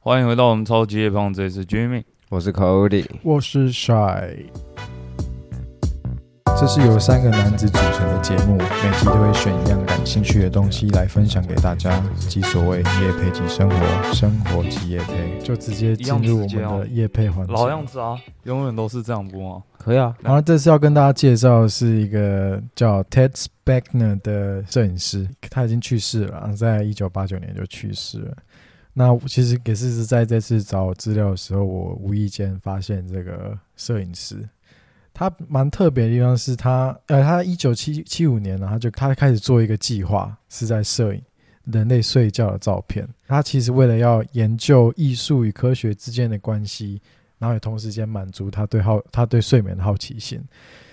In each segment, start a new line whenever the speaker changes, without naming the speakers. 欢迎回到我们超级夜胖，这里是 Jimmy。
我是 Cody，
我是 Shy。这是由三个男子组成的节目，每集都会选一样感兴趣的东西来分享给大家，即所谓夜配即生活，生活即夜配，就直接进入我
一样直接
们
哦
的夜配环节。
老样子啊，永远都是这样不吗？
可以啊，
然后这次要跟大家介绍的是一个叫 Ted Spagner 的摄影师，他已经去世了啊，在一九八九年就去世了。那其实也是在这次找资料的时候，我无意间发现这个摄影师，他蛮特别的地方是他，呃，他一九七七五年呢，啊他就他开始做一个计划，是在摄影人类睡觉的照片。他其实为了要研究艺术与科学之间的关系，然后也同时间满足他对好他对睡眠的好奇心，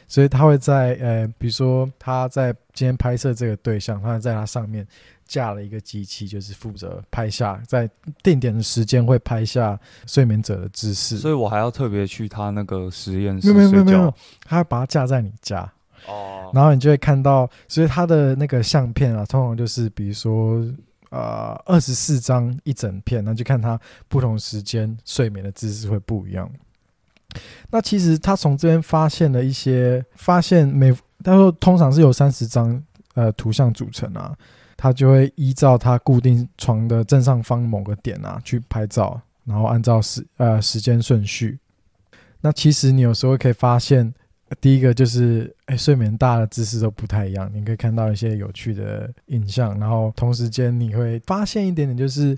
所以他会在呃，比如说他在今天拍摄这个对象，他在他上面架了一个机器，就是负责拍下在定点的时间会拍下睡眠者的姿势。
所以我还要特别去他那个实验
没
室
有没有没
睡
有没
觉
有。，他会把它架在你家，
哦，
然后你就会看到，所以他的那个相片啊，通常就是比如说呃二十四张一整片，那就看他不同时间睡眠的姿势会不一样。那其实他从这边发现了一些，发现每他说通常是由三十张呃图像组成啊，他就会依照他固定床的正上方某个点啊去拍照，然后按照时呃时间顺序。那其实你有时候可以发现，呃第一个就是哎、睡眠大家的姿势都不太一样，你可以看到一些有趣的影像，然后同时间你会发现一点点，就是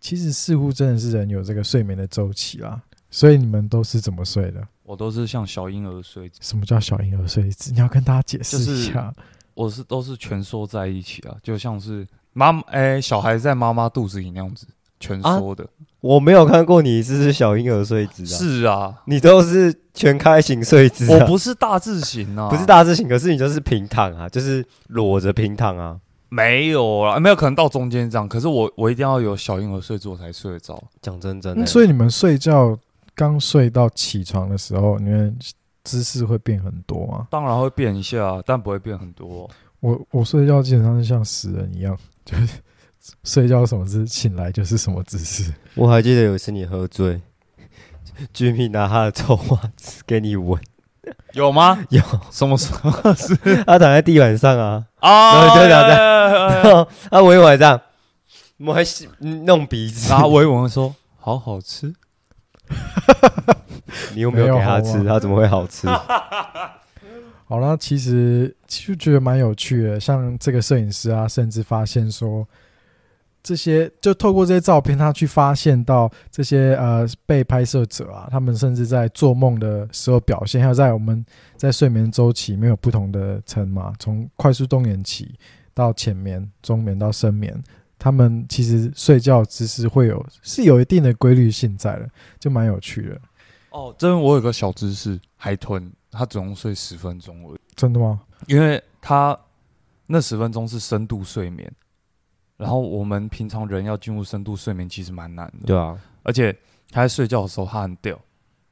其实似乎真的是人有这个睡眠的周期啦。所以你们都是怎么睡的？
我都是像小婴儿睡，
什么叫小婴儿睡姿？你要跟大家解释一下。
我是都是蜷缩在一起啊，就像是妈妈哎、小孩在妈妈肚子里那样子蜷缩的。
我没有看过你这是小婴儿睡姿啊，
啊是啊，
你都是全开型睡姿
我
啊，
不 是大字型 啊，
不是大字型，可是你就是平躺啊，就是裸着平躺啊，
没有啦，没有可能到中间这样。可是我我一定要有小婴儿睡姿我才睡得着。
讲真真
嗯
的，
所以你们睡觉刚睡到起床的时候，你们姿势会变很多吗？
当然会变一下，啊但不会变很多、
我我睡觉基本上是像死人一样，就是睡觉什么姿势，醒来就是什么姿势。
我还记得有一次你喝醉。居民拿他的臭袜子给你闻，
有 吗？
有
什么时候
他躺在地板上啊，
啊？
对对
对
对然后 他闻一闻这样，我还洗嗯弄鼻子，
然后维文说：“好好吃。
你又没有
没有
给他
好
吃，
吗
他怎么会好吃？
好啦，其实其实觉得蛮有趣的，像这个摄影师啊，甚至发现说，这些就透过这些照片，他去发现到这些呃被拍摄者啊，他们甚至在做梦的时候表现，还有在我们在睡眠周期没有不同的层嘛，从快速动眼期到浅眠、中眠到深眠，他们其实睡觉姿势会有是有一定的规律性在的，就蛮有趣的。”
哦，这边我有个小知识，海豚它总共睡十分钟而已，
真的吗？
因为它那十分钟是深度睡眠。然后我们平常人要进入深度睡眠其实蛮难的，
对啊，
而且它在睡觉的时候它很屌，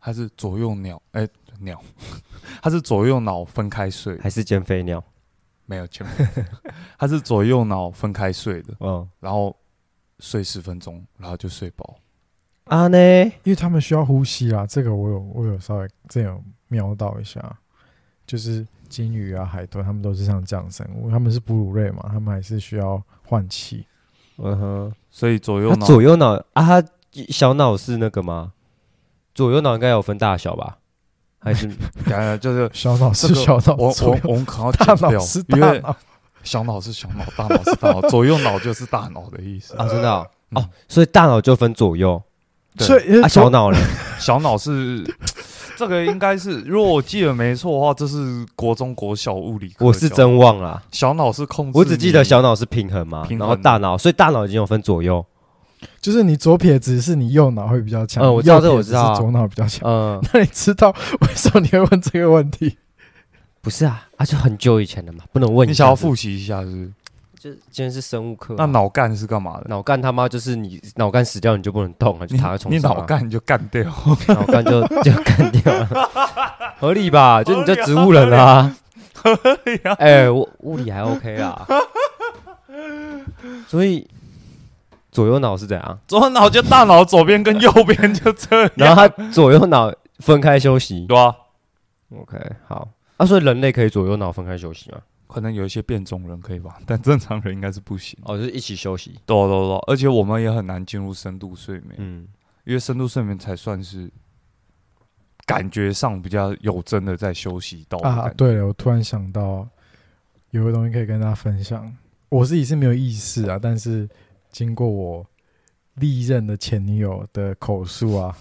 它是左右脑哎鸟， 它是左右脑分开睡的，
还是减肥鸟？
没有全部， 它是左右脑分开睡的，
嗯
然后睡十分钟，然后就睡饱。
啊呢，
因为他们需要呼吸啊，这个我有我有稍微这有瞄到一下，就是鲸鱼啊、海豚，他们都是像这样生物，他们是哺乳类嘛，他们还是需要换气。
嗯哼，
所以左右
他
脑
左右脑啊，他小脑是那个吗？左右脑应该有分大小吧？还 是
感觉就是
小脑
这
是
个
小脑，
我
左
我
右
我们可能要
大
剪
脑
掉
是，
因
大
为
脑，
小脑是小脑，大脑是大脑，左右脑就是大脑的意思。
啊，真的哦，
嗯
哦所以大脑就分左右
对
所以因为
啊，
左
小 脑嘞，
小脑 是这个应该是，如果我记得没错的话，这是国中国小物理课教。
我是真忘了，
小脑是控制，
我只记得小。脑是平衡嘛，
平衡
然后大脑，所以大脑已经有分左右，
就是你左撇子是你右脑会比较强，
嗯我知道这个
右撇
我
子
知道啊
是左脑比较强。
嗯，
那你知道为什么你会问这个问题？
不是啊，啊，就很久以前的嘛，不能问
你想要
复，
复习一下是不是？
就今天是生物课啊，
那脑干是干嘛的？
脑干他妈就是你脑干死掉你就不能动了，就
你
躺在床
你
上啊，
脑干就干掉。
脑干就 就干掉了，合理吧？就你这植物人啊，合理啊。啊 哎、我物理还 OK 啦，所以左右脑是怎 样？
左脑就大脑左边跟右边就这样，
然后他左右脑分开休 息。
对啊，
OK，好。啊，所以人类可以左右脑分开休息吗？
可能有一些变种人可以吧，但正常人应该是不行。
哦，就是一起休息。
对啊对啊对啊，而且我们也很难进入深度睡眠，
嗯，
因为深度睡眠才算是感觉上比较有真的在休息到的
啊，
感觉
对了，我突然想到有个东西可以跟大家分享。我自己是没有意识啊，但是经过我历任的前女友的口述啊，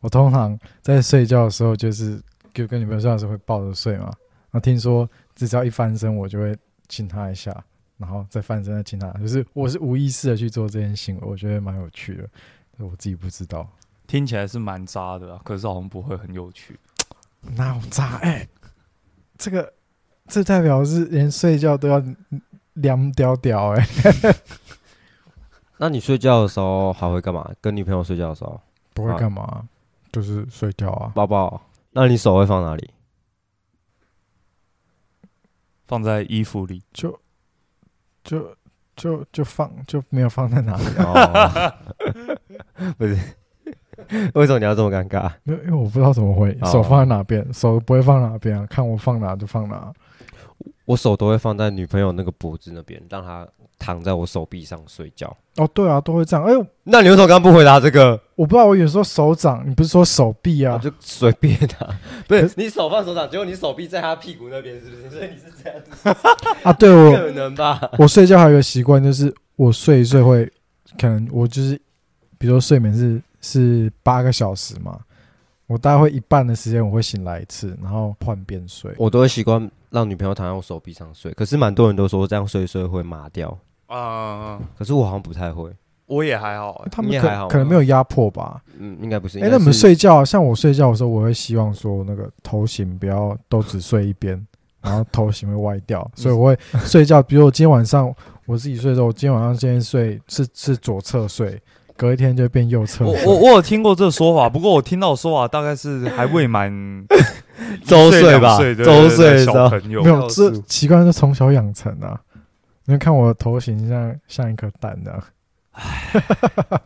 我通常在睡觉的时候，就是就跟女朋友睡觉的时候会抱着睡嘛。然后听说只要一翻身，我就会亲她一下，然后再翻身再亲她，就是我是无意识的去做这件行为，我觉得蛮有趣的，我自己不知道。
听起来是蛮渣的、啊，可是好像不会很有趣。
哪有渣？哎、这个这代表是连睡觉都要凉屌屌哎、
那你睡觉的时候还会干嘛？跟女朋友睡觉的时候
不会干嘛、就是睡觉啊。
抱抱，那你手会放哪里？
放在衣服里，
就就就就放就没有放在哪里，
哦， 不是， 为什么你要这么尴尬？
没有，因为我不知道怎么回，
哦
手放在哪边，手不会放哪边啊，看我放哪就放哪。
我手都会放在女朋友那个脖子那边，让她躺在我手臂上睡觉。
哦，对啊，都会这样。哎、
那你为什么刚刚不回答这个？
我不知道，我有时候手掌，你不是说手臂
我
啊？
就随便啊，不
可
是
是
你手放手掌，结果你手臂在她屁股那边，是不是？所以你是这样子，
啊，对
不
我
可能吧？
我睡觉还有一个习惯，就是我睡一睡会，可能我就是，比如说睡眠是是八个小时嘛，我大概会一半的时间我会醒来一次，然后换边睡。
我都会习惯让女朋友躺在我手臂上睡，可是蛮多人都说这样睡一睡会麻掉，
啊、
可是我好像不太会。
我也还好、
他们
你也还好
可可能没有压迫吧？
嗯，应该不是。
哎、
应该
那你们
是
睡觉，像我睡觉的时候，我会希望说那个头型不要都只睡一边， 然后头型会歪 掉，所以我会睡觉。比如我今天晚上我自己睡的时候，我今天晚上今天睡是是左侧睡，隔一天就变右侧
我
睡。
我我有听过这说法，不过我听到的说法大概是还未 满
周岁吧
一两对
周
对对
岁的时候
小朋友
没
要
有，这
是
习惯是从小养成的啊、你们看我的头型像像一颗蛋的啊、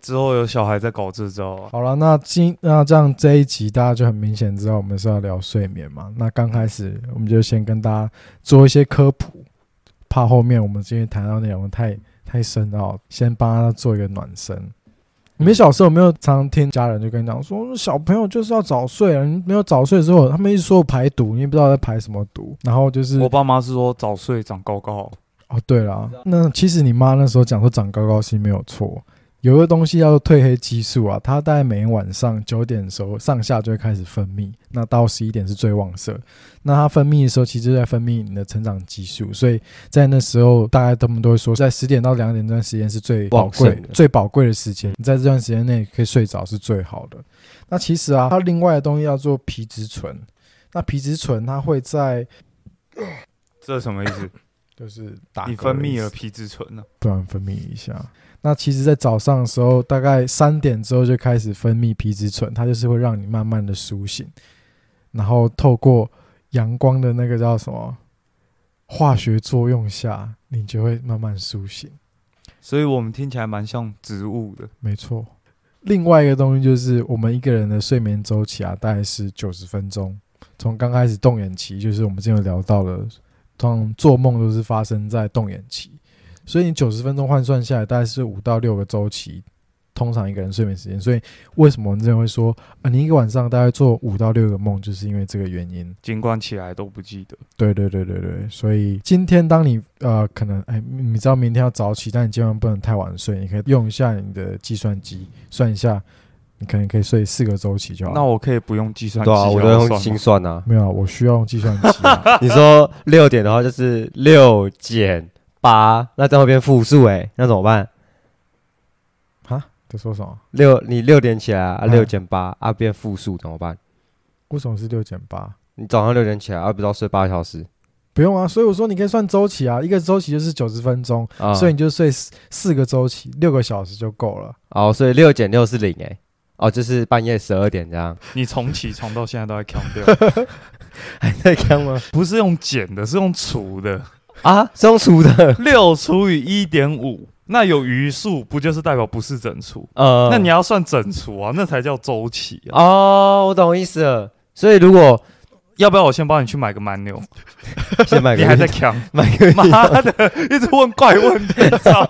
之后有小孩在搞这招啊，
好了，那今那这样这一集大家就很明显知道我们是要聊睡眠嘛。那刚开始我们就先跟大家做一些科普，怕后面我们今天谈到内容太太深奥，先帮他做一个暖身。你们小时候有没有常听家人就跟你讲说，小朋友就是要早睡啊，你没有早睡之后，他们一直说我排毒，你也不知道在排什么毒，然后就是
我爸妈是说早睡长高高，
哦，对啦，那其实你妈那时候讲说长高高是没有错，有一个东西叫做褪黑激素啊，它大概每天晚上九点的时候上下就会开始分泌，那到十一点是最旺盛。那它分泌的时候，其实就在分泌你的成长激素，所以在那时候，大概他们都会说，在十点到两点这段时间是最宝
旺
贵
盛的、
最宝贵的时
嗯
间，你在这段时间内可以睡着是最好的。那其实啊，它另外的东西叫做皮质醇，那皮质醇它会在
这是什么意思？
就是 打
你
嗝
分
的意
泌
思
了皮质醇啊呢、
突然分泌一下。那其实，在早上的时候，大概三点之后就开始分泌皮质醇，它就是会让你慢慢的苏醒，然后透过阳光的那个叫什么化学作用下，你就会慢慢苏醒。
所以我们听起来蛮像植物的。
没错。另外一个东西就是，我们一个人的睡眠周期啊，大概是九十分钟。从刚开始动眼期，就是我们之前有聊到的，通常做梦都是发生在动眼期，所以你九十分钟换算下来，大概是五到六个周期，通常一个人睡眠时间。所以为什么我们之前会说，啊，你一个晚上大概做五到六个梦，就是因为这个原因。
尽管起来都不记得，
对对对对对，所以今天当你呃可能哎，你你知道明天要早起，但你千万不能太晚睡，你可以用一下你的计算机算一下，你可能可以睡四个周期就好。
那我可以不用计算机
啊对啊，我都
来
用
算
心
吗
算 啊。
没有啊，我需要用计算机、啊。
你说六点的话就是六减八，那在后边复数哎、那怎么办？
在说什么？
六你六点起来啊，
嗯
六减八啊变复数怎么办？
为什么是六减八？
你早上六点起来啊，不知道睡八小时
不用啊，所以我说你可以算周期啊，一个周期就是九十分钟，
啊，
所以你就睡四四个周期，六个小时就够了。
哦，所以六减六是零哎、哦，就是半夜十二点这样，
你从起床到现在都在强调，
还在看 吗？
不是用减的，是用除的，
啊，是用除的，
六除以一点五，那有余数不就是代表不是整除？
呃，
那你要算整除啊，那才叫周期啊。
哦，我懂意思了。所以如 果
要不要我先帮你去买个蛮牛？
先买个
你还在抢？
买 个
妈的，一直问怪问题，操！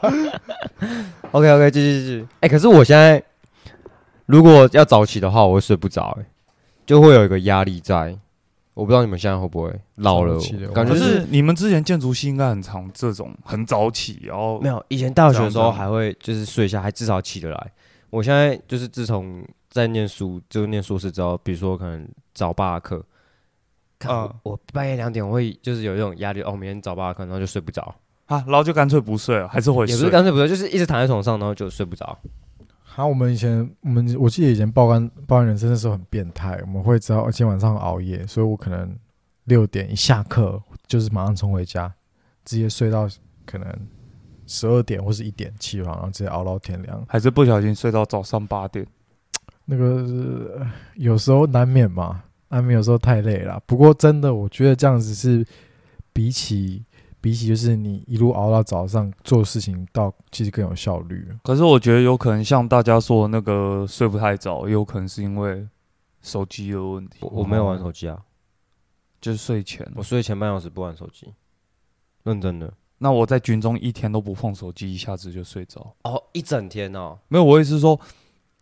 OK OK，继续继续。哎、可是我现在如果要早起的话，我会睡不着、哎，就会有一个压力在。我不知道你们现在会不会老了
早起的，话
感觉
可
就是
你们之前建筑系应该很常这种很早起，然后
没有，以前大学的时
这
候
样子
还会就是睡一下，还至少起得来。我现在就是自从在念书，就念硕士之后，比如说可能早八的课，看我,、
嗯
我半夜两点我会就是有一种压力，哦，明天早八的课，然后就睡不着，
啊，然后就干脆不睡了，还是会
也不是
睡。
干脆不睡，就是一直躺在床上，然后就睡不着。
好，我们以前我们我记得以前报干报干人生的时候很变态，我们会知道哦今天晚上熬夜，所以我可能六点一下课就是马上冲回家，直接睡到可能十二点或是一点起床，然后直接熬到天亮。
还是不小心睡到早上八点，
那个呃有时候难免嘛，难免有时候太累了。不过真的，我觉得这样子是比起比起就是你一路熬到早上做事情到其实更有效率。
可是我觉得有可能像大家说的那个睡不太早，也有可能是因为手机的问题，
我我没有玩手机啊，
就是睡前。
我睡前半小时不玩手机，认真的。
那我在军中一天都不碰手机，一下子就睡着。
哦，一整天哦，
没有，我意思是说，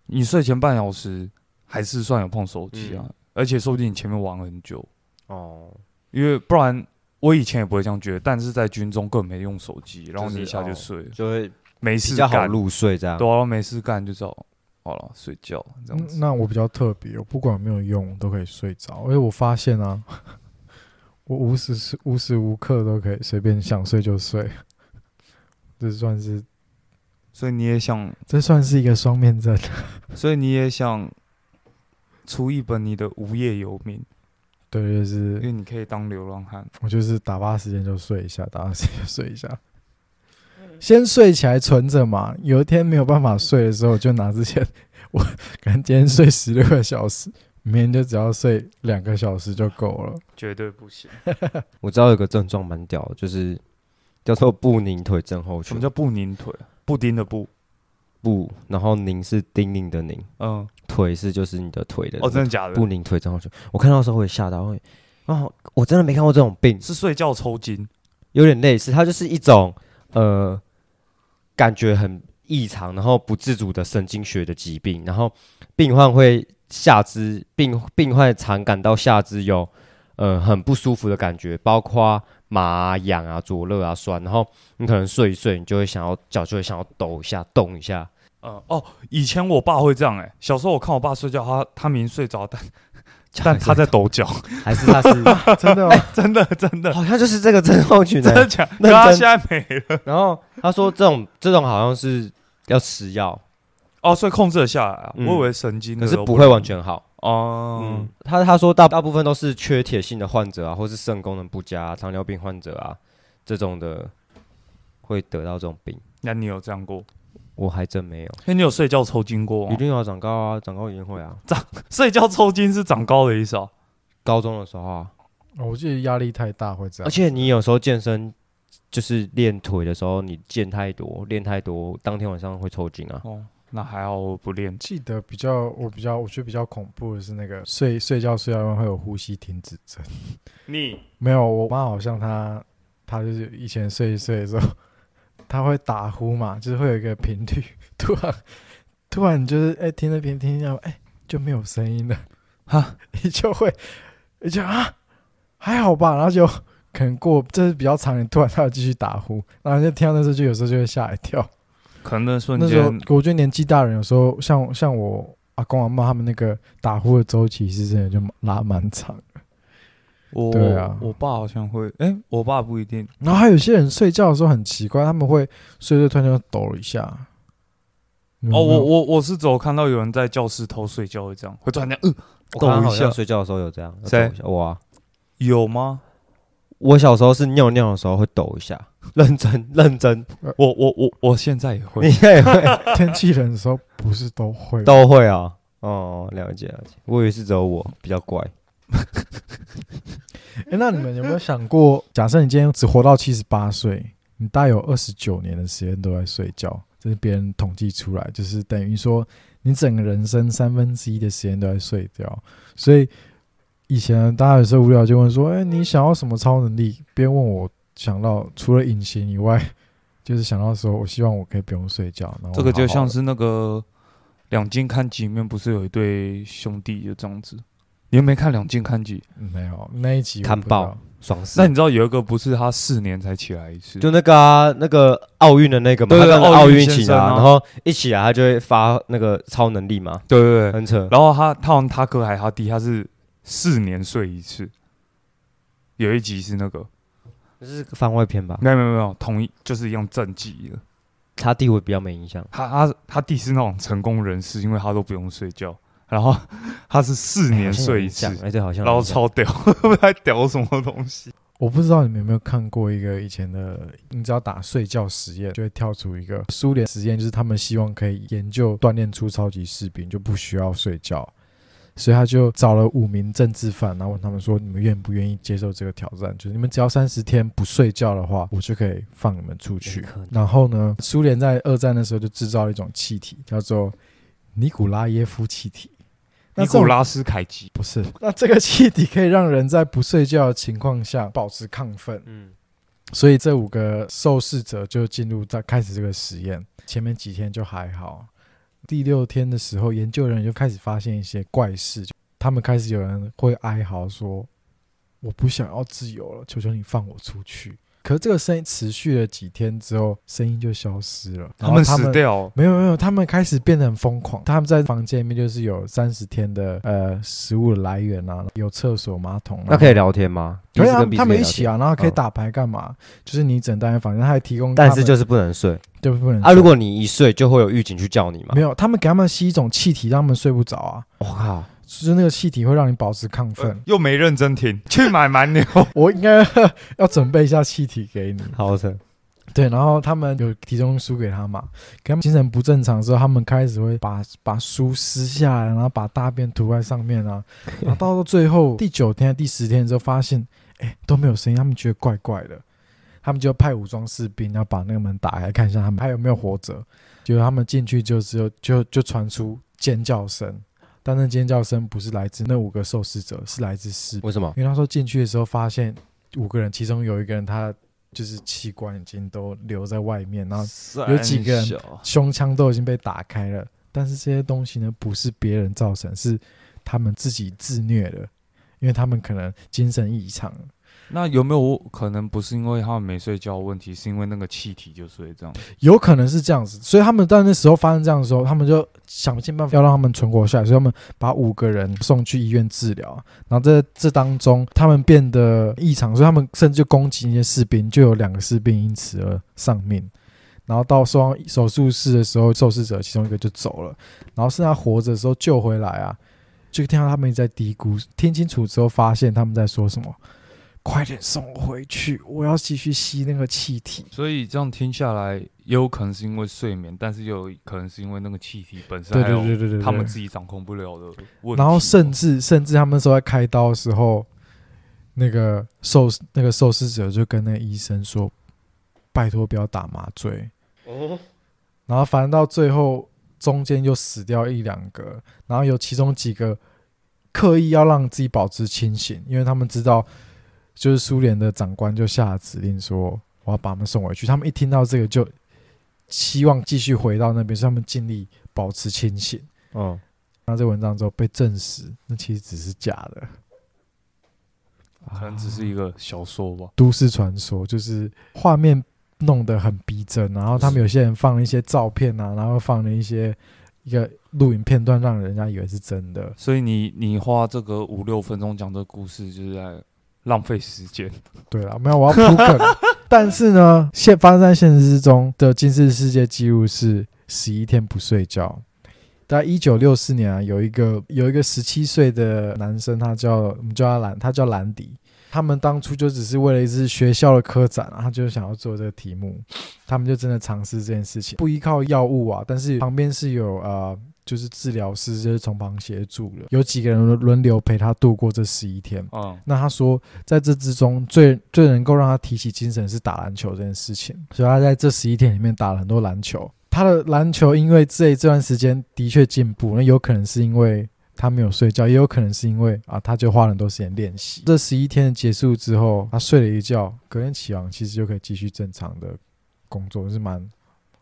你睡前半小时还是算有碰手机
嗯
啊，而且说不定你前面玩很久，
哦，
因为不然我以前也不会这样觉得，但是在军中根本没用手机，然后
就是
你一下就
哦
睡了，
就会
没
比
事
较好
干，
入睡这样。
对啊，没事干就找好了睡觉这样
嗯
子。
那我比较特别，我不管有没有用，我都可以睡着。因为我发现啊， 我无时无时无刻都可以随便想睡就睡，这算是
所以你也想，
这算是一个双面刃。
所以你也想出一本你的无业游民，
对，就
因
是
为你可以当流浪汉。
我就是打发时间就睡一下，打发时间就睡一下，先睡起来存着嘛。有一天没有办法睡的时候，就拿之前我可能今天睡十六个小时，明天就只要睡两个小时就够了。
绝对不行。
我知道有个症状蛮屌的，就是叫做不拧腿症候
什
群
么。叫不拧腿？布丁的布。
不，然后拧是叮咛的拧，
嗯，
腿是就是你的腿的
哦，
那个。
真的假的
不？拧腿症候群，我看到的时候会吓到，会啊，我真的没看过这种病，
是睡觉抽筋。
有点类似，它就是一种呃感觉很异常，然后不自主的神经学的疾病，然后病患会下肢病病患常感到下肢有呃很不舒服的感觉，包括麻啊、痒啊、灼热啊、酸，然后你可能睡一睡，你就会想要脚就会想要抖一下、动一下，
嗯，哦，以前我爸会这样哎、小时候我看我爸睡觉，他他明明睡着， 但 但他在抖脚，
还是他是
真的、哦，
真的真 的
好像就是这个症候群、
真的
欸。
假的？
认
可他
真
现在没了
然后他说这种这种好像是要吃药，
哦，所以控制得下来啊。
嗯
我以为神经的
可是
都
不会完全好。
哦、
嗯，他他说大大部分都是缺铁性的患者啊，或是肾功能不佳啊、糖尿病患者啊这种的会得到这种病。
那你有这样过？
我还真没有，
那你有睡觉抽筋过
一
吗？
定要长高啊，长高一定会啊。
睡觉抽筋是长高的意思哦。
高中的时候啊，
哦我记得压力太大会这
而
样。
且你有时候健身就是练腿的时候，你健太多，练太多，当天晚上会抽筋啊。
哦，那还好我不练。
记得比较，我比较，我觉得比较恐怖的是那个睡睡觉睡到一半会有呼吸停止症。
你
没有，我妈好像她，她就是以前睡一睡的时候，她会打呼嘛，就是会有一个频率，突然突然就是哎、听那边听到哎、就没有声音了，
哈，
你就会你就啊还好吧，然后就可能过这是比较长，你突然她要继续打呼，然后就听到那时候就有时候就会吓一跳。
可能那瞬
那时候
间
我觉得年纪大的人有时候像像我阿公阿妈他们那个打呼的周期是真的就拉蛮长的，
我
对啊
我爸好像会，哎、我爸不一定，
然后还有些人睡觉的时候很奇怪，他们会睡睡突然就抖一下。你们
哦，
有没
我
有
我我是只有看到有人在教室偷睡觉会这样，会突然间呃
我刚刚
抖
好
一下
像，睡觉的时候有这样，要
谁
抖一下我啊，
有吗？
我小时候是尿尿的时候会抖一下，认真认真，
我我我我现在也
你
会，
也会。
天气冷的时候不是都会吗
都会啊。哦，了解了解。我以为是只有我比较乖。
哎诶那你们有没有想过，假设你今天只活到七十八岁，你大有二十九年的时间都在睡觉，这是别人统计出来，就是等于说你整个人生三分之一的时间都在睡觉。所以以前大家有时候无聊就问说：“哎、你想要什么超能力？”别人问我想到除了隐形以外，就是想到说我希望我可以不用睡觉。然后
这个就
好好
像
地
是那个《两金看集》里面不是有一对兄弟就这样子？你又没看《两金看集》？
嗯没有那一集我
看
不知道
爆爽死
那！你知道有一个不是他四年才起来一次？
就那个啊，那个奥运的那个嘛，
对
他
对
跟
奥运
奥运一
先
起
生
来，
啊
然后一起来他就会发那个超能力嘛，
对对对。
很扯。
然后他他好像他哥还他弟，他是四年睡一次。有一集是那个，
这是个番外篇吧？
没有没有没有，同一就是一样政绩的。
他弟会比较没影响。
他他他弟是那种成功人士，因为他都不用睡觉，然后他是四
哎
年
好像有
睡一
影
次
响，哎，对，好像有
然后
影响
超屌， 不知道在屌什么东西。
我不知道你们有没有看过一个以前的，你只要打睡觉实验，就会跳出一个苏联实验，就是他们希望可以研究锻炼出超级士兵，就不需要睡觉，所以他就找了五名政治犯，然后问他们说：你们愿不愿意接受这个挑战？就是你们只要三十天不睡觉的话，我就可以放你们出去
有可能。
然后呢，苏联在二战的时候就制造了一种气体，叫做尼古拉耶夫气体。那
尼
这种
古拉斯凯奇，
不是，那这个气体可以让人在不睡觉的情况下保持亢奋。
嗯，
所以这五个受试者就进入在开始这个实验，前面几天就还好，第六天的时候，研究人员就开始发现一些怪事，就他们开始有人会哀嚎说：“我不想要自由了，求求你放我出去。”可是这个声音持续了几天之后，声音就消失了，然
他
后
们
哦他
死
们
掉，
没有没有，他们开始变得很疯狂。他们在房间里面就是有三十天的呃食物的来源啊，有厕所、马桶啊、
那可以聊天吗？
可以
彼此
啊
跟彼，此可
他
以
们一
聊
起
天，
啊，然后可以
嗯
打牌干嘛？就是你整单人房间，他还提供他们，
但是就是不能睡
就不能
啊。
睡
如果你一睡，就会有狱警去叫你嘛
没。有，他们给他们吸一种气体，让他们睡不着啊，
我靠，
就是那个气体会让你保持亢
呃
奋。
又没认真听，去买蛮牛。
我应该要准备一下气体给你。
好扯！
对，然后他们有提供书给他嘛，给他们精神不正常的时候，他们开始会把把书撕下来，然后把大便涂在上面啊，然后到到最后第九天、第十天之后，发现哎都没有声音，他们觉得怪怪的，他们就派武装士兵，然后把那个门打开，看一下他们还有没有活着。结果他们进去就只有就就传出尖叫声，但那尖叫声不是来自那五个受试者，是来自士兵。
为什么？
因为他说进去的时候发现五个人，其中有一个人他就是器官已经都留在外面，然后有几个人
三小
胸腔都已经被打开了，但是这些东西呢不是别人造成，是他们自己自虐的，因为他们可能精神异常。
那有没有可能不是因为他们没睡觉的问题，是因为那个气体就睡这样？
有可能是这样子，所以他们在那时候发生这样的时候，他们就想尽办法要让他们存活下来，所以他们把五个人送去医院治疗。然后在这当中，他们变得异常，所以他们甚至就攻击一些士兵，就有两个士兵因此而丧命。然后到送到手术室的时候，受试者其中一个就走了，然后剩下活着的时候救回来啊，就听到他们一直在嘀咕，听清楚之后发现他们在说什么：“快点送我回去，我要继续吸那个气体。”
所以这样听下来，也有可能是因为睡眠，但是也有可能是因为那个气体本身，
对
还
对
有
对对对对，
他们自己掌控不了的问题。
然后甚至甚至他们那时候在开刀的时候，那个受那个受试者就跟那个医生说：“拜托不要打麻醉。”
哦
然后反正到最后中间又死掉一两个，然后有其中几个刻意要让自己保持清醒，因为他们知道，就是苏联的长官就下了指令说：“我要把他们送回去。”他们一听到这个就希望继续回到那边，所以他们尽力保持清醒。
嗯，
那这文章之后被证实，那其实只是假的，啊
可能只是一个小说吧。
都市传说，就是画面弄得很逼真，然后他们有些人放了一些照片啊，然后放了一些一个录影片段，让人家以为是真的。
所以你你花这个五六分钟讲这个故事，就是在浪费时间。
对了，没有，我要铺梗。但是呢，现发生在现实之中的金氏世界纪录是十一天不睡觉。在一九六四年啊，有一个有一个十七岁的男生，他叫我们叫他兰，他叫兰迪。他们当初就只是为了一次学校的科展、啊，他就想要做这个题目，他们就真的尝试这件事情，不依靠药物啊，但是旁边是有呃就是治疗师就是从旁协助了，有几个人轮轮流陪他度过这十一天。
嗯，
那他说，在这之中最最能够让他提起精神是打篮球这件事情，所以他在这十一天里面打了很多篮球。他的篮球因为这这段时间的确进步，那有可能是因为他没有睡觉，也有可能是因为啊，他就花了很多时间练习。这十一天结束之后，他睡了一觉，隔天起床其实就可以继续正常的工作，就是蛮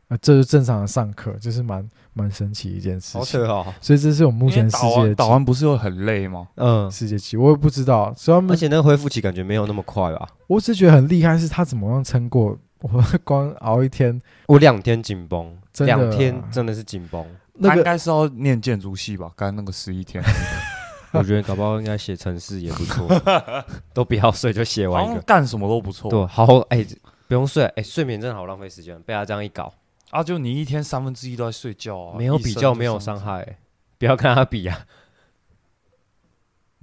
啊，这是正常的上课，就是蛮蛮神奇一件事
好
情。
扯哦，
所以这是我们目
因
前
为
世
打
界
完打完不是会很累吗？
嗯，
世界纪，我也不知道，所以他们
而且那个恢复期感觉没有那么快吧？
我只是觉得很厉害，是他怎么样撑过？ 我光熬一天，
我两天紧绷，
真的啊
两天真的是紧绷，
那
他应
个
该是要念建筑系吧？刚那个十一天，
我觉得搞不好应该写程式也不 错，都不要睡就写
好
完一
像
个，
干什么都不错。
对，好哎、不用睡，哎、睡眠真的好浪费时间，被他这样一搞，
啊，就你一天三分之一都在睡觉啊，
没有
一生
比较
就
没有
三
伤
分之
害、哎不要跟他比啊，
一。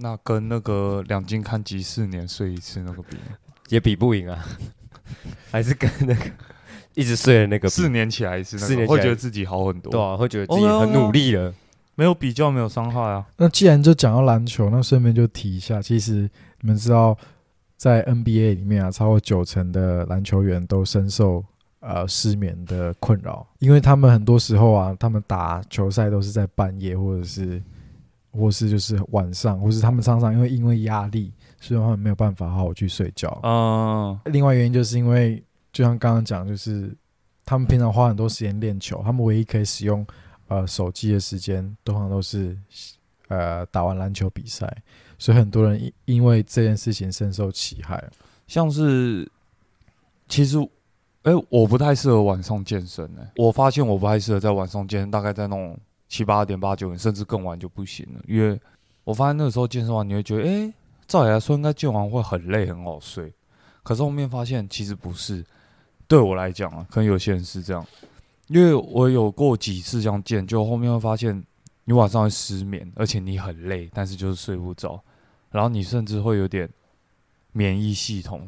那跟那个两金看集四年睡一次那个比，
也比不赢 啊，还是跟那个一直睡的那个比
四，年起来一次，
四
那
年
个
起来
会觉得自己好很多。
对啊，会觉得自己
哦
很
对啊
努力了，
没有比较没有伤害啊。
那既然就讲到篮球，那顺便就提一下，其实你们知道，在 NBA 里面啊，超过九成的篮球员都深受呃失眠的困扰，因为他们很多时候啊，他们打球赛都是在半夜，或者是或是就是晚上，或是他们常常因为因为压力，所以他们没有办法好好去睡觉。
嗯，
另外原因就是因为，就像刚刚讲，就是他们平常花很多时间练球，他们唯一可以使用呃手机的时间，通常都是呃打完篮球比赛，所以很多人因因为这件事情深受其害。
像是其实，哎、我不太适合晚上健身哎、我发现我不太适合在晚上健身，大概在那种七八点、八九点，甚至更晚就不行了，因为我发现那个时候健身完，你会觉得，哎、照理来说应该健完会很累、很好睡，可是后面发现其实不是。对我来讲啊，可能有些人是这样，因为我有过几次这样健，就后面会发现你晚上会失眠，而且你很累，但是就是睡不着，然后你甚至会有点免疫系统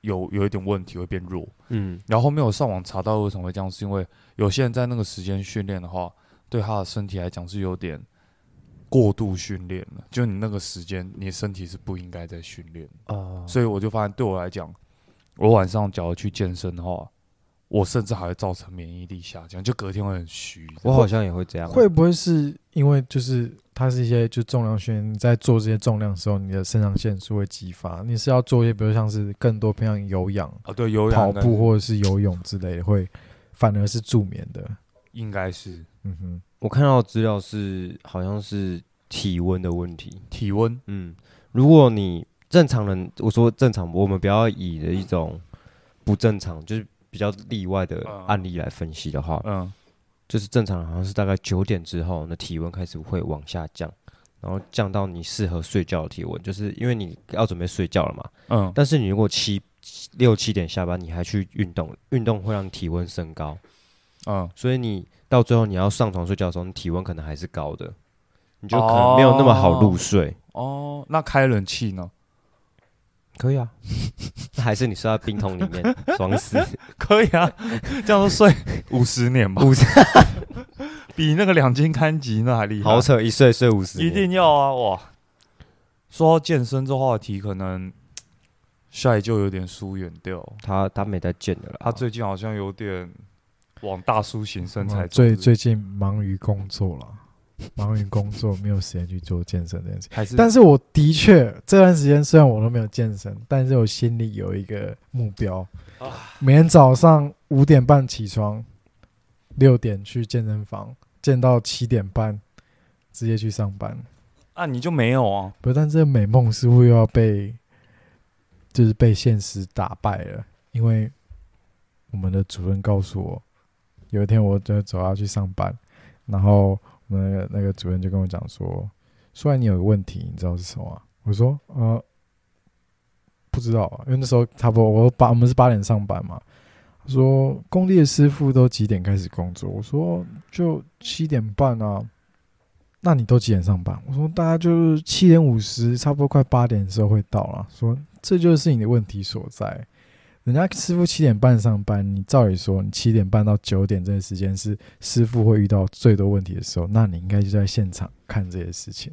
有有一点问题，会变弱。
嗯，
然后后面我上网查到为什么会这样，是因为有些人在那个时间训练的话，对他的身体来讲是有点过度训练了。就你那个时间，你身体是不应该在训练的。
嗯
哦，
所以我就发现，对我来讲，我晚上假如去健身的话，我甚至还会造成免疫力下降，就隔天会很虚。
我好像也会这样，
会不会是因为就是它是一些就重量训练，你在做这些重量的时候，你的肾上腺素会激发，你是要做一些比如像是更多偏向有氧、
啊，对，有
跑
氧
步或者是游泳之类的，会反而是助眠的。
应该是
嗯哼，
我看到的资料是好像是体温的问题。
体温
嗯，如果你正常人，我说正常，我们不要以的一种不正常，就是比较例外的
嗯
案例来分析的话，
嗯，
就是正常人好像是大概九点之后，那体温开始会往下降，然后降到你适合睡觉的体温，就是因为你要准备睡觉了嘛。
嗯，
但是你如果七七六七点下班，你还去运动，运动会让体温升高，
嗯，
所以你到最后你要上床睡觉的时候，你体温可能还是高的，你就可能没有那么好入
哦
睡。
哦，那开冷气呢？
可以啊，那 还是你睡在冰桶里面爽死，
可以啊，这样睡 五十 年吧，
50
比那个两斤看集那还厉害，
好扯，一睡睡五十
一
年，
定要啊！哇，说到健身这话题，可能帅就有点疏远掉，
他他没在见的了，
他最近好像有点往大叔型身材走
嗯最
是不是
最近忙于工作了， 忙于工作没有时间去做健身这件事。
还是
但是我的确这段时间虽然我都没有健身，但是我心里有一个目标，
啊
每天早上五点半起床，六点去健身房，健到七点半，直接去上班。
啊，你就没有啊？
不，但这个美梦似乎又要被，就是被现实打败了，因为我们的主任告诉我，有一天我就走要去上班，然后我们那个那个主任就跟我讲说，虽然你有个问题，你知道是什么啊、我说呃，不知道啊，因为那时候差不多我八我们是八点上班嘛。他说工地的师傅都几点开始工作？我说就七点半啊。那你都几点上班？我说大家就是七点五十，差不多快八点的时候会到了。说这就是你的问题所在。人家师傅七点半上班，你照理说你七点半到九点这个时间是师傅会遇到最多问题的时候，那你应该就在现场看这些事情。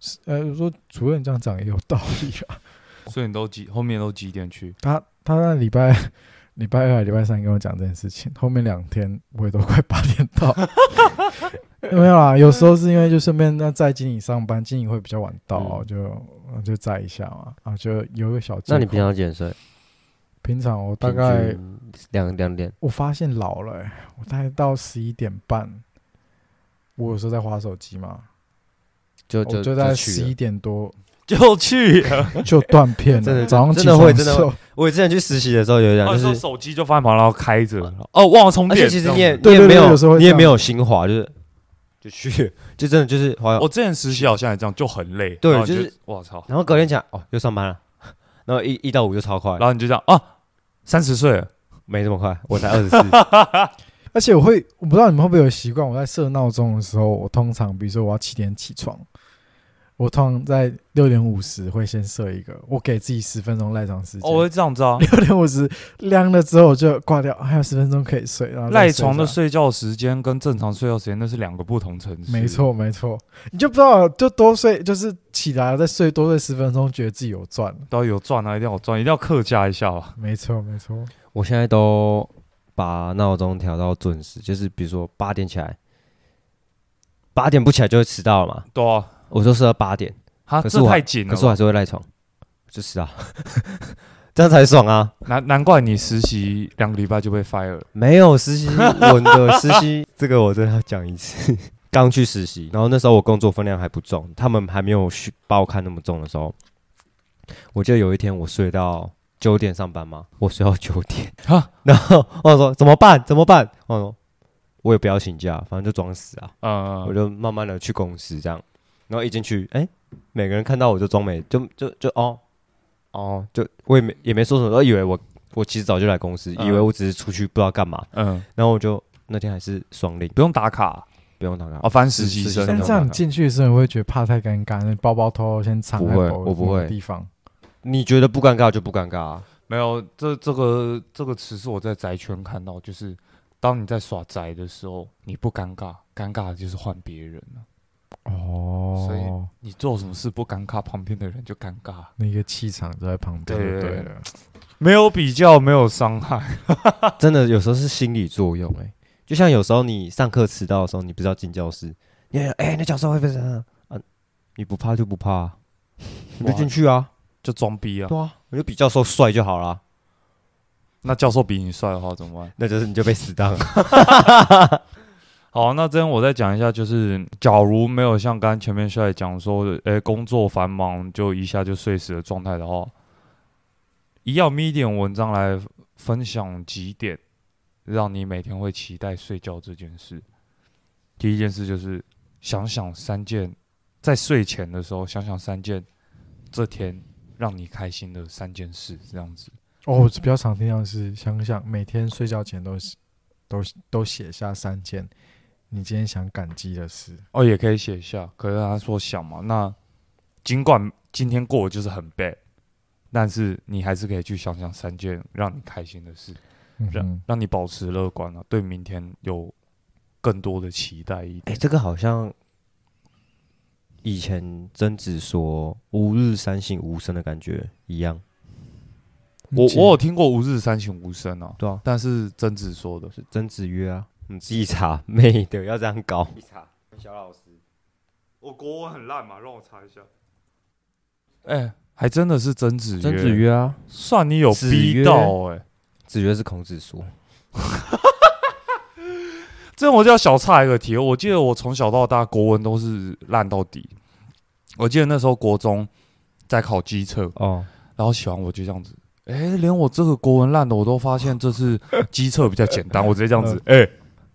是呃，我说主任这样讲也有道理啊。
哦所以你都几后面都几点去？
他他那礼拜礼拜二、礼拜三跟我讲这件事情，后面两天我也都快八点到。 没有啦，有时候是因为就顺便那在经理上班，经理会比较晚到，
嗯
就就载一下嘛，啊，就有一个小借
那
口。
你平常几点睡？
平常我大概
平均两两点。
我发现老了欸、我大概到十一点半，我有时候在划手机嘛，
就
我
就
就在
去
十
了
一点多
就 去了，
就断 片
真
了。
的
早上起
真的
床
会
的
真的
时候，
我之前去实习的时候有一点
哦
就
你说
是，
手机就放在旁边然后开着，哦，忘了充
而
电。嗯
且其实你也
这样子
你
对
也
对
没
对有时候会
你也
这
没
样
有心滑，就是就去，就真的就是滑。
我之前实习好像也这样，就很累。
对
然后你
就是
就我操，
然后隔天起来哦，又上班了，然后一一到五就超快
然，后你就这样啊，三十岁了，
没这么快，我才二十四。
而且我会，我不知道你们会不会有习惯，我在设闹钟的时候，我通常比如说我要七点起床，我通常在六点五十会先设一个，我给自己十分钟赖床时间。
哦，我会这样子 啊，
六点五十亮了之后我就挂掉，还有十分钟可以睡，然后再
赖
睡
床的
着
睡觉时间跟正常睡觉时间那是两个不同层次。
没，错，没错，你就不知道，就多睡，就是起来再睡多睡十分钟，觉得自己有赚了。
都要有赚啊，一定要有赚，一定要克价一下啊吧。
没错，没错，
我现在都把闹钟调到准时，就是比如说八点起来，八点不起来就会迟到了嘛。
对啊，
我就设到八点，
他
可是
这
我
太紧了
可是我
吧。
还是会赖床，就迟到， 这样才爽啊！
难难怪你实习两个礼拜就被 fire 了。
没有实习，我的实习 这个我真的要讲一次。 刚去实习，然后那时候我工作分量还不重，他们还没有去把我看那么重的时候，我记得有一天我睡到九点上班嘛，我睡到九点
哈，
然后我说怎么办？怎么办？我说我也不要请假，反正就装死啊，我
嗯，
就慢慢的去公司这样，然后一进去，哎、每个人看到我就装没，就就就哦哦，就我也没也没说什么，我以为我我其实早就来公司，以为
嗯
我只是出去不知道干嘛，
嗯，
然后我就那天还是双领，
不用打卡
不用打哦卡。
啊，翻实习
实习
生
生
但
的
这
话
样你进去的时候，你会觉得怕太尴尬，那包包偷偷先藏在
不会
某
我不
某个
会
地方。
你觉得不尴尬就不尴尬啊，
没有，这这个这个词是我在宅圈看到，就是当你在耍宅的时候，你不尴尬，尴尬的就是换别人了。所
哦，
你做什么事不尴尬，旁边的人就尴尬。
那个气场就在旁边，
对
对了，
没有比较，没有伤害。
啊 真的有时候是心理作用哎、就像有时候你上课迟到的时候，你不知道进教室，你哎、欸那教授会不会怎样啊？你不怕就不怕、啊，你就进去啊，
就装逼啊！
对啊，你就比教授帅就好啦，
那教授比你帅的话怎么办？
那就是你就被死当了。
好，那这边我再讲一下，就是假如没有像刚刚前面帅讲说的，诶、工作繁忙就一下就睡死的状态的话，以要 medium 文章来分享几点，让你每天会期待睡觉这件事。第一件事就是想想三件，在睡前的时候想想三件这天让你开心的三件事，这样子。
哦，我比较常听到的是，想想每天睡觉前都是都都写下三件你今天想感激的事。
哦，也可以写下。可是他说想嘛，那尽管今天过得就是很 bad，但是你还是可以去想想三件让你开心的事，
嗯
让、
哼，
让你保持乐观啊，对明天有更多的期待一
哎、
点。
这个好像以前曾子说“吾日三省吾身”的感觉一样，
我
姐
我有听过“吾日三省吾身”啊，
对啊，
但是曾子说的，
是曾子曰啊，你自己查， 妹的要这样搞。
我国文很烂嘛，让我查一下。哎、还真的是曾子曰，
曾子曰啊，
算你有
子
逼
曰
到哎、
子曰是孔子说，
这我就要小岔一个题。我记得我从小到大国文都是烂到底。我记得那时候国中在考机测，
哦，
然后写完我就这样子，哎、连我这个国文烂的我都发现这是机测比较简单，我直接这样子，哎、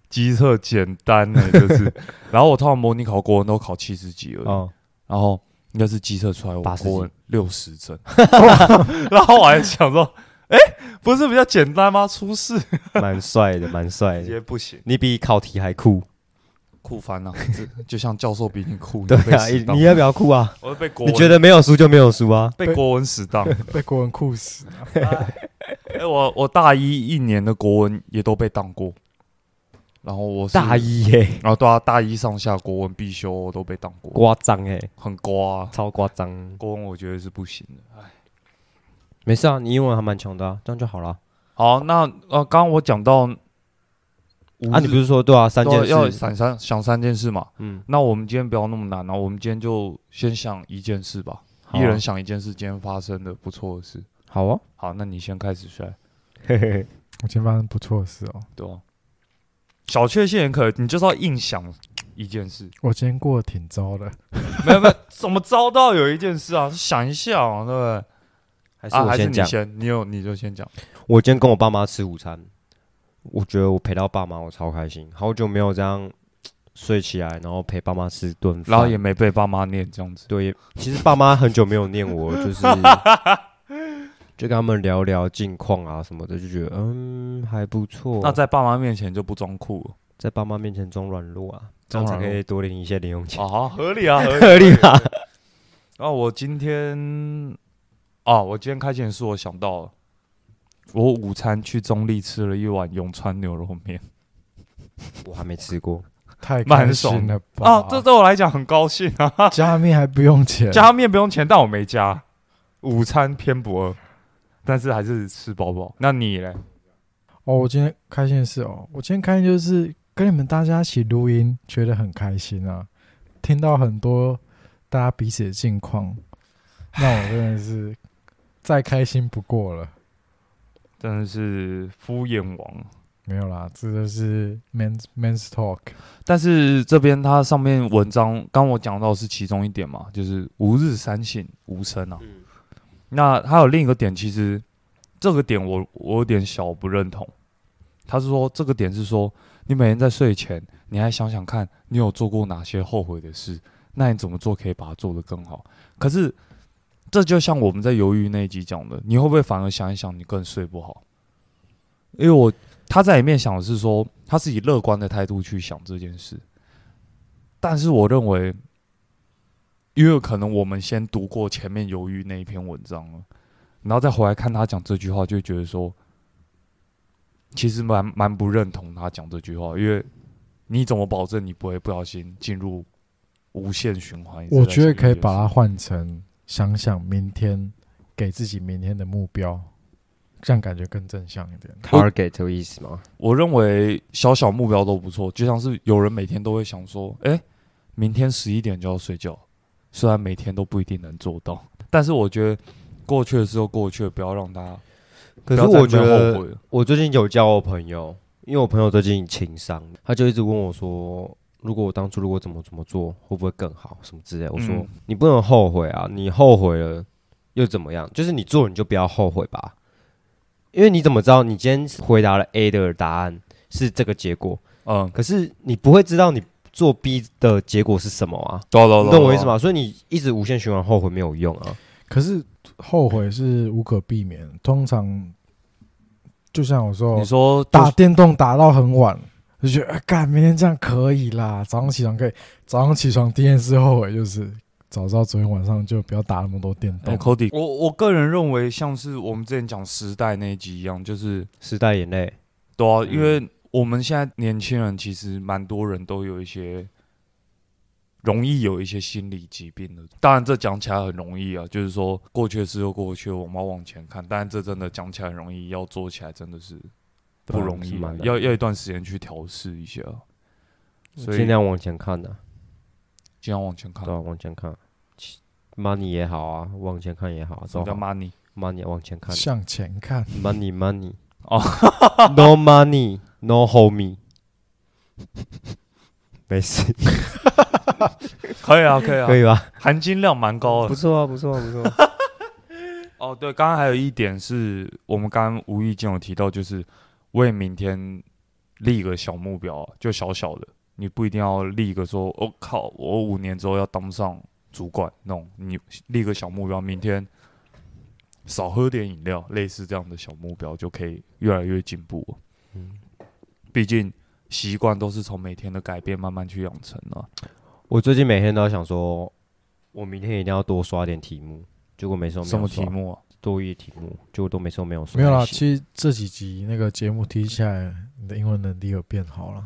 机测简单呢、就是。然后我通常模拟考国文都考七十几而已，
哦，
然后应该是机测出来我
80
国文六十分，然后我还想说，哎、不是比较简单吗？出事
蛮 帅的，蛮帅
直
的。
接不行。
你比考题还 酷，
酷翻了、这就像教授比你酷，
对
你被
啊，
死当
你要不要酷啊？
我是被国
你
文，
觉得没有输就没有输啊？
被国文死当？
被国文酷死了。
哎、我我大一一年的国文也都被当过，然后我是
大，一耶，
然后对啊，大一上下国文必修我都被当过，
夸张哎，
很瓜、啊。
超夸张。
国文我觉得是不行的。
没事啊，你英文还蛮强的啊，这样就好了。
好，那呃，刚刚我讲到五
啊，你不是说对啊，三
都要要
件事，
想三想三件事嘛？
嗯，
那我们今天不要那么难啊，我们今天就先想一件事吧，
好啊
一人想一件事，今天发生的不错的事。
好啊，
好，那你先开始帅，
嘿嘿嘿，
我今天发生不错的事哦，
对吧？小确幸也可以，你就是要硬想一件事，
我今天过得挺糟的。
没有没有，怎么遭到有一件事啊？想一下啊，对不对？
还是
啊，
我
还是
先
你
讲。
先，你有你就先讲。
我今天跟我爸妈吃午餐，我觉得我陪到爸妈，我超开心，好久没有这样睡起来，然后陪爸妈吃顿饭，
然后也没被爸妈念这样子。
对，其实爸妈很久没有念我，就是 就跟他们聊聊近况啊什么的，就觉得嗯还不错。
那在爸妈面前就不装酷了
在爸妈面前装软弱啊，这
装
样才
软弱
可以多领一些零用钱，
哦，好合 理啊，合理。
合理吧？
然后我今天啊，我今天开心的是我想到了，我午餐去中立吃了一碗永川牛肉面
我还没吃
哦
过，
太
蛮
开
爽
心了吧？
啊，这对我来讲很高兴啊，
加面还不用钱，
加面不用钱，但我没加，午餐偏不饿，但是还是吃饱饱。那你嘞？
哦，我今天开心的是哦，我今天开心就是跟你们大家一起录音，觉得很开心啊，听到很多大家彼此的近况，那我真的是再开心不过了。
真的是敷衍王。
没有啦，这就是 men's men's talk。
但是这边它上面文章刚我讲到是其中一点嘛，就是吾日三省吾身啊。
嗯
那还有另一个点，其实这个点我我有点小不认同。他是说这个点是说，你每天在睡前，你还想想看你有做过哪些后悔的事，那你怎么做可以把它做得更好？可是这就像我们在鱿鱼那一集讲的，你会不会反而想一想你更睡不好？因为我他在里面想的是说，他是以乐观的态度去想这件事，但是我认为因为可能我们先读过前面鱿鱼那一篇文章了，然后再回来看他讲这句话，就会觉得说，其实蛮蛮不认同他讲这句话，因为你怎么保证你不会不小心进入无限循环？一直在
我觉得
重复
可
这
以
件
把
事
它换成想想明天，给自己明天的目标，这样感觉更正向一点。
，target 有意思吗？
我认为小小目标都不错，就像是有人每天都会想说，哎、明天十一点就要睡觉，虽然每天都不一定能做到，但是我觉得过去的时候过去了，不要让它。
可
不
是
要再
我觉
没有
得
后悔了
我最近有交我朋友，因为我朋友最近情商，他就一直问我说，如果我当初如果怎么怎么做，会不会更好什么之类的。我说、
嗯
你不能后悔啊，你后悔了又怎么样？就是你做你就不要后悔吧，因为你怎么知道你今天回答了 A 的答案是这个结果，
嗯，
可是你不会知道你做 B 的结果是什么啊？
懂懂
你
懂，
懂我意思？吗？所以你一直无限循环后悔没有用啊。
可是后悔是无可避免，通常就像我说，哦
你说
打
大
电动打到很晚，就觉得哎干、明天这样可以啦，早上起床可以，早上起床第一件事后悔就是早知道昨天晚上就不要打那么多电
哎
动。
哦 Cody，我我个人认为像是我们之前讲时代那一集一样，就是
时代眼泪，
对啊，
嗯
因为我们现在年轻人其实蛮多人都有一些容易有一些心理疾病的。当然，这讲起来很容易啊，就是说过去的事就过去，我们要往前看。但这真的讲起来很容易，要做起来真的是不容易啊
对啊是蛮，难
要要一段时间去调试一下。所以
尽量往前看啊的、
尽量往前看
对，啊，往前看其，money 也好啊，往前看也好啊，
什么
都
叫
好
money？
money 往前看
向前看，
，money money
哦
，no money no homie，没事，
可以啊，可以啊，
可以吧？
含金量蛮高
不
的。
错啊，不错啊，不错啊。
哦，对，刚刚还有一点是我们刚刚无意间有提到，就是为明天立个小目标、啊，就小小的，你不一定要立个说，我、靠，我五年之后要当上主管那种，你立个小目标，明天少喝点饮料，类似这样的小目标就可以越来越进步。
嗯
毕竟习惯都是从每天的改变慢慢去养成啊的、
我最近每天都在想说，我明天一定要多刷点题目，结果每次都没有
什么题
刷？
目啊？
多益题目，就都没说没有说。
没有啦，其实这几集那个节目提起来，你的英文能力有变好 了，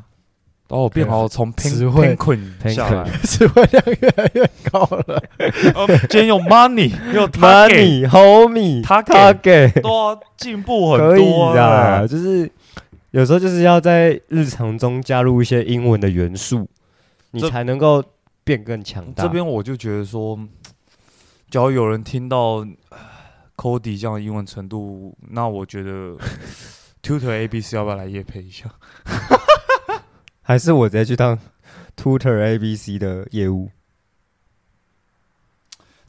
然后我哦变好，从
词汇
pin pin 啊下来，
词汇量越来越高 了。
哦今天有 money 又 target，
money homie，
他给
他给
都要进步
可
很
以
多
啦，
啊。
就是有时候就是要在日常中加入一些英文的元素，你
这
才能够变更强大。
这边我就觉得说，假如有人听到呃 Cody 这样的英文程度，那我觉得 Tutor ABC 要不要来夜配一下？
还是我直接去当 Tutor ABC 的业务，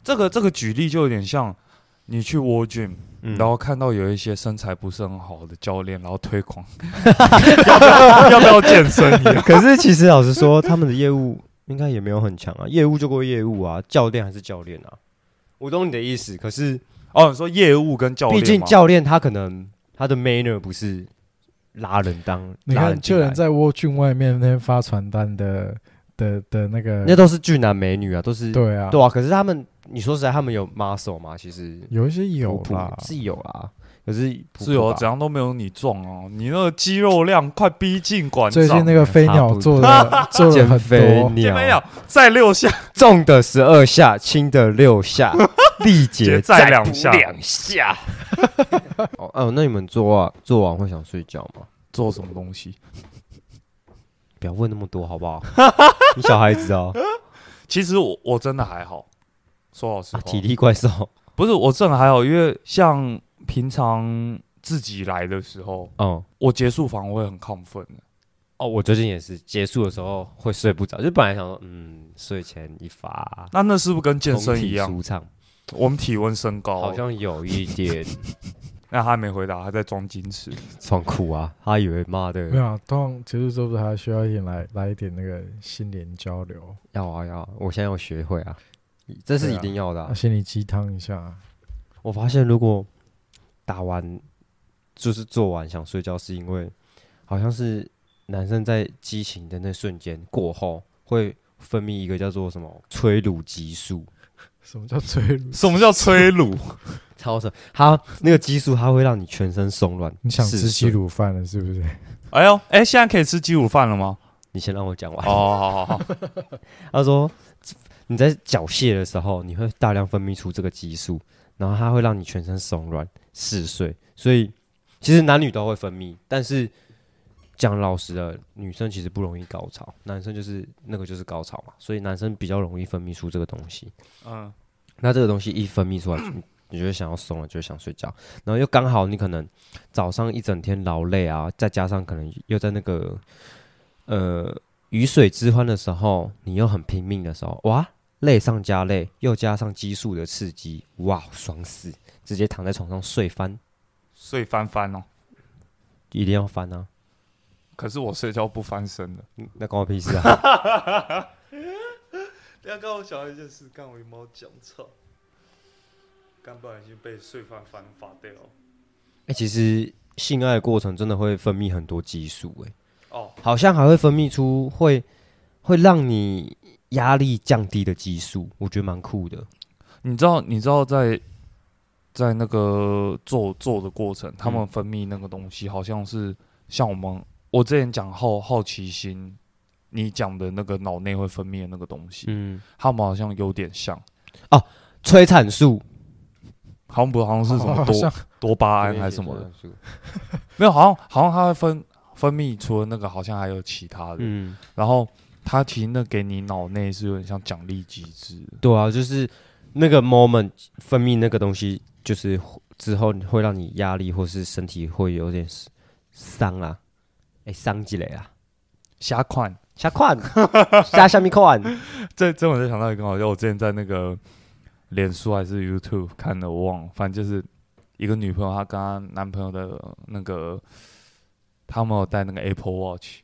这个这个举例就有点像你去 War Gym，、
嗯
然后看到有一些身材不是很好的教练，然后推 广要不要要不要健身一样。
可是其实老实说，他们的业务应该也没有很强啊，业务就过业务啊，教练还是教练啊。我懂你的意思，可是
哦，你说业务跟教练
毕
吗，
竟教练他可能他的 manner 不是拉人当，
你
拉
看
人，进
就
来
连在蜗郡外面那边发传单的的的那个，
那都是俊男美女啊，都是
对啊，
对啊。可是他们，你说实在，他们有 muscle 吗？其实
有一些有
普普
啦，
是有啊，可是普普
是有
吧
怎样都没有你壮哦，你那个肌肉量快逼近馆长。
最近那个飞鸟 做的做了
减
很
肥
多，
见面
鸟
了，再六下，
重的十二下，轻的六下，力竭
竭再
两
两下
两下。哦哦，那你们做啊做完会想睡觉吗？
做什么东西？
不要问那么多好不 好？你小孩子 哦，
其实我我真的还好，说老实
啊
话，
体力怪兽。
不是我真的还好，因为像平常自己来的时候，
嗯，
我结束房会很亢奋的。
哦，我最近也是结束的时候会睡不着，就本来想说，嗯，睡前一发，
那那是不是跟健
通
身
体
一样？哦
舒畅，
我们体温升高，
好像有一 点
那他还没回答，他在装矜 持。
装酷啊，他以为妈
没
的
有啊，通常结束之后不是还需要一点来来一点那个心灵交流，
要啊要啊，我现在要学会啊，这是
对
一
啊
定要的啊、
啊心灵鸡汤一下，啊
我发现如果打完就是做完想睡觉，是因为好像是男生在激情的那瞬间过后会分泌一个叫做什么催乳激素，
什么叫追 乳？
什么叫催 乳？
超神！它那个激素它会让你全身松软。
你想吃
嗜睡？
鸡乳饭了是不 是？
哎呦，哎，现在可以吃鸡乳饭了 吗？
你先让我讲
哦，
完。
好好好，
他说你在缴械的时候，你会大量分泌出这个激素，然后它会让你全身松软、嗜睡。所以其实男女都会分泌，但是讲老实的，女生其实不容易高潮，男生就是那个就是高潮嘛，所以男生比较容易分泌出这个东西。
嗯，
那这个东西一分泌出来，你你就会想要松了，就会想睡觉，然后又刚好你可能早上一整天劳累啊，再加上可能又在那个呃鱼水之欢的时候，你又很拼命的时候，哇，累上加累，又加上激素的刺激，哇，爽死！直接躺在床上睡翻，
睡翻翻哦。
一定要翻啊！
可是我睡觉不翻身的。
嗯那关我屁事啊！
不要跟我讲一件事，干我一猫讲操，干不然已经被睡翻翻发掉。
欸、其实性爱的过程真的会分泌很多激素、欸，
哦，
好像还会分泌出会会让你压力降低的激素，我觉得蛮酷的。
你知道，你知道在在那个做做的过程，他们分泌那个东西，好像是像我们我之前讲好好奇心，你讲的那个脑内会分泌的那个东西，
嗯，
他们好像有点像，
催产素
好像不好像是什么
好像
多多巴胺还是什么的，
的，
没有，好像好像它会分分泌，除了那个，好像还有其他的，
嗯，
然后。它其实那给你脑内是有点像奖励机制的，
对啊，就是那个 moment 分泌那个东西，就是之后会让你压力或是身体会有点伤啊，哎、伤积累啊，
瞎看。
下款 下下面款，
这这我就想到一个好笑，我之前在那个脸书还是 YouTube 看的，我忘了，反正就是一个女朋友，她跟她男朋友的那个，他们有带那个 Apple Watch，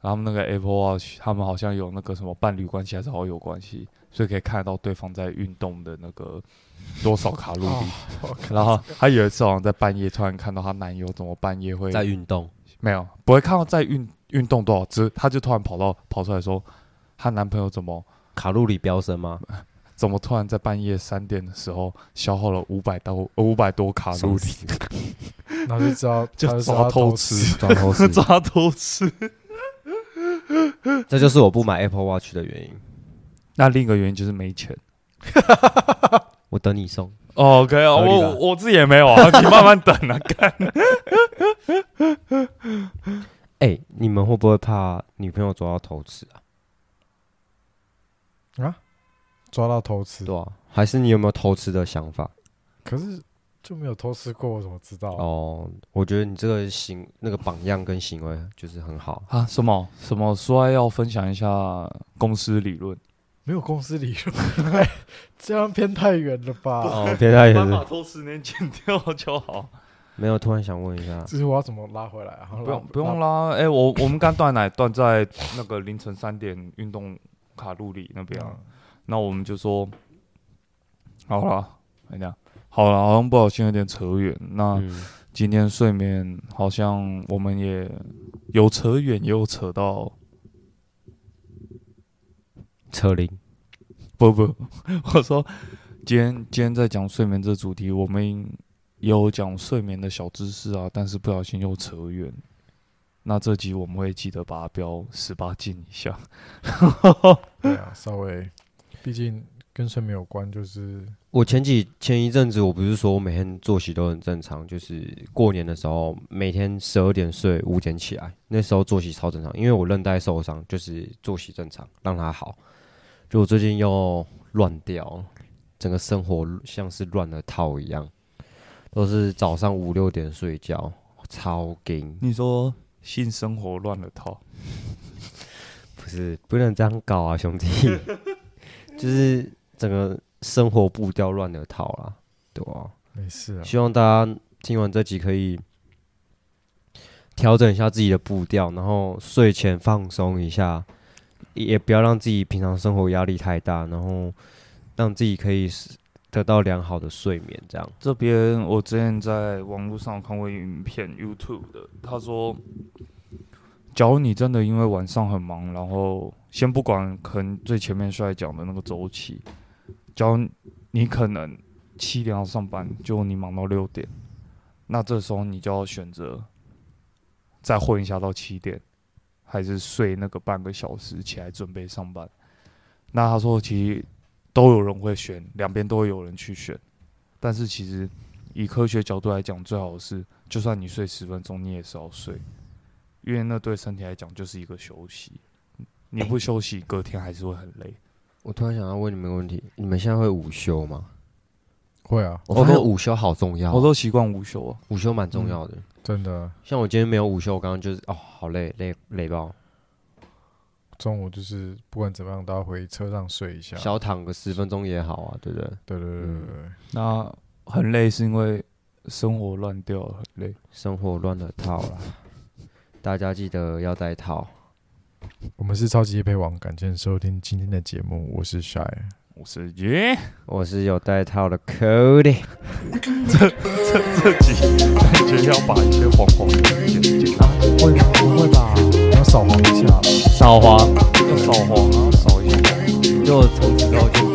然后他们那个 Apple Watch，他们好像有那个什么伴侣关系还是好友关系，所以可以看得到对方在运动的那个多少卡路里。
哦我靠
然后她有一次好像在半夜突然看到她男友怎么半夜会
在运动，
没有，不会看到在运运动多少，只是她就突然跑到跑出来说，她男朋友怎么
卡路里飙升吗？
怎么突然在半夜三点的时候消耗了五百到五百多卡路里，
然后就知道
就
他知道
抓
他
偷
偷
吃，
吃，
装偷 吃
抓偷吃。
这就是我不买 Apple Watch 的原因。
那另一个原因就是没钱。
我等你送，
哦 OK 啊，
合理
我
吧
我自己也没有 啊，你慢慢等啊。
哎、你们会不会怕女朋友抓到偷吃啊？
抓到偷吃。
对啊，还是你有没有偷吃的想法？
可是就没有偷吃过，我怎么知道？
哦，我觉得你这个行那个榜样跟行为就是很 好。
啊，什么什么说要分享一下公司理论，
没有公司理论，哎 这样偏太远了吧？
哦，别太也
斑马
是
偷十年剪掉就好，啊
没有。突然想问一下，
就是我要怎么拉回来啊？
不用
拉
不用，啦。哎、我我们刚断奶断在那个凌晨三点运动卡路里那边啊、
嗯
那我们就说，好了，哎呀，好了，好像不小心有点扯远。那
嗯，
今天睡眠好像我们也有扯远，也有扯到
车龄
不不， 我说今天今天在讲睡眠这主题，我们有讲睡眠的小知识啊，但是不小心又扯远。那这集我们会记得把它标十八禁一下。
对啊，稍微，毕竟跟睡眠有关，就是
我前几前一阵子，我不是说我每天作息都很正常，就是过年的时候每天十二点睡，五点起来，那时候作息超正常，因为我韧带受伤，就是作息正常，让它好。就我最近又乱掉，整个生活像是乱了套一样，都是早上五六点睡觉，超紧，
你说性生活乱了套，
不是不能这样搞啊，兄弟，就是整个生活步调乱了套啦，对啊。
没事啊。
希望大家听完这集可以调整一下自己的步调，然后睡前放松一下，也不要让自己平常生活压力太大，然后让自己可以得到良好的睡眠。这样，
这边我之前在网络上看过影片 YouTube 的，他说，假如你真的因为晚上很忙，然后先不管可能最前面帅讲的那个周期，假如你可能七点要上班，就你忙到六点，那这时候你就要选择再混一下到七点，还是睡那个半个小时起来准备上班。那他说，其实都有人会选，两边都有人去选。但是其实以科学角度来讲，最好的是，就算你睡十分钟，你也是要睡，因为那对身体来讲就是一个休息。你不休息，隔天还是会很累。
我突然想要问你们个问题：你们现在会午休吗？
会啊，
我发
我
现
都
午休好重要
我
哦，嗯
都习惯午休啊，
午休蛮重要的。
真的，
像我今天没有午休，我刚刚就是哦，好累，累累爆，
中午就是不管怎么样都要回车上睡一下。
小躺个十分钟也好啊，对不对？
对对对对对，
那很累是因为生活乱掉了，很累。
生活乱了套 啦，大家记得要带套。
我们是超级夜配网，感谢收听今天的节目，我是 Shy。
我是耶，
我是有带套的 Cody。
这这集感觉要把一些黄黄的剪剪啊，
会不会吧？要扫黄一下。
少华，
要扫黄啊，扫一下。
就从此之后就。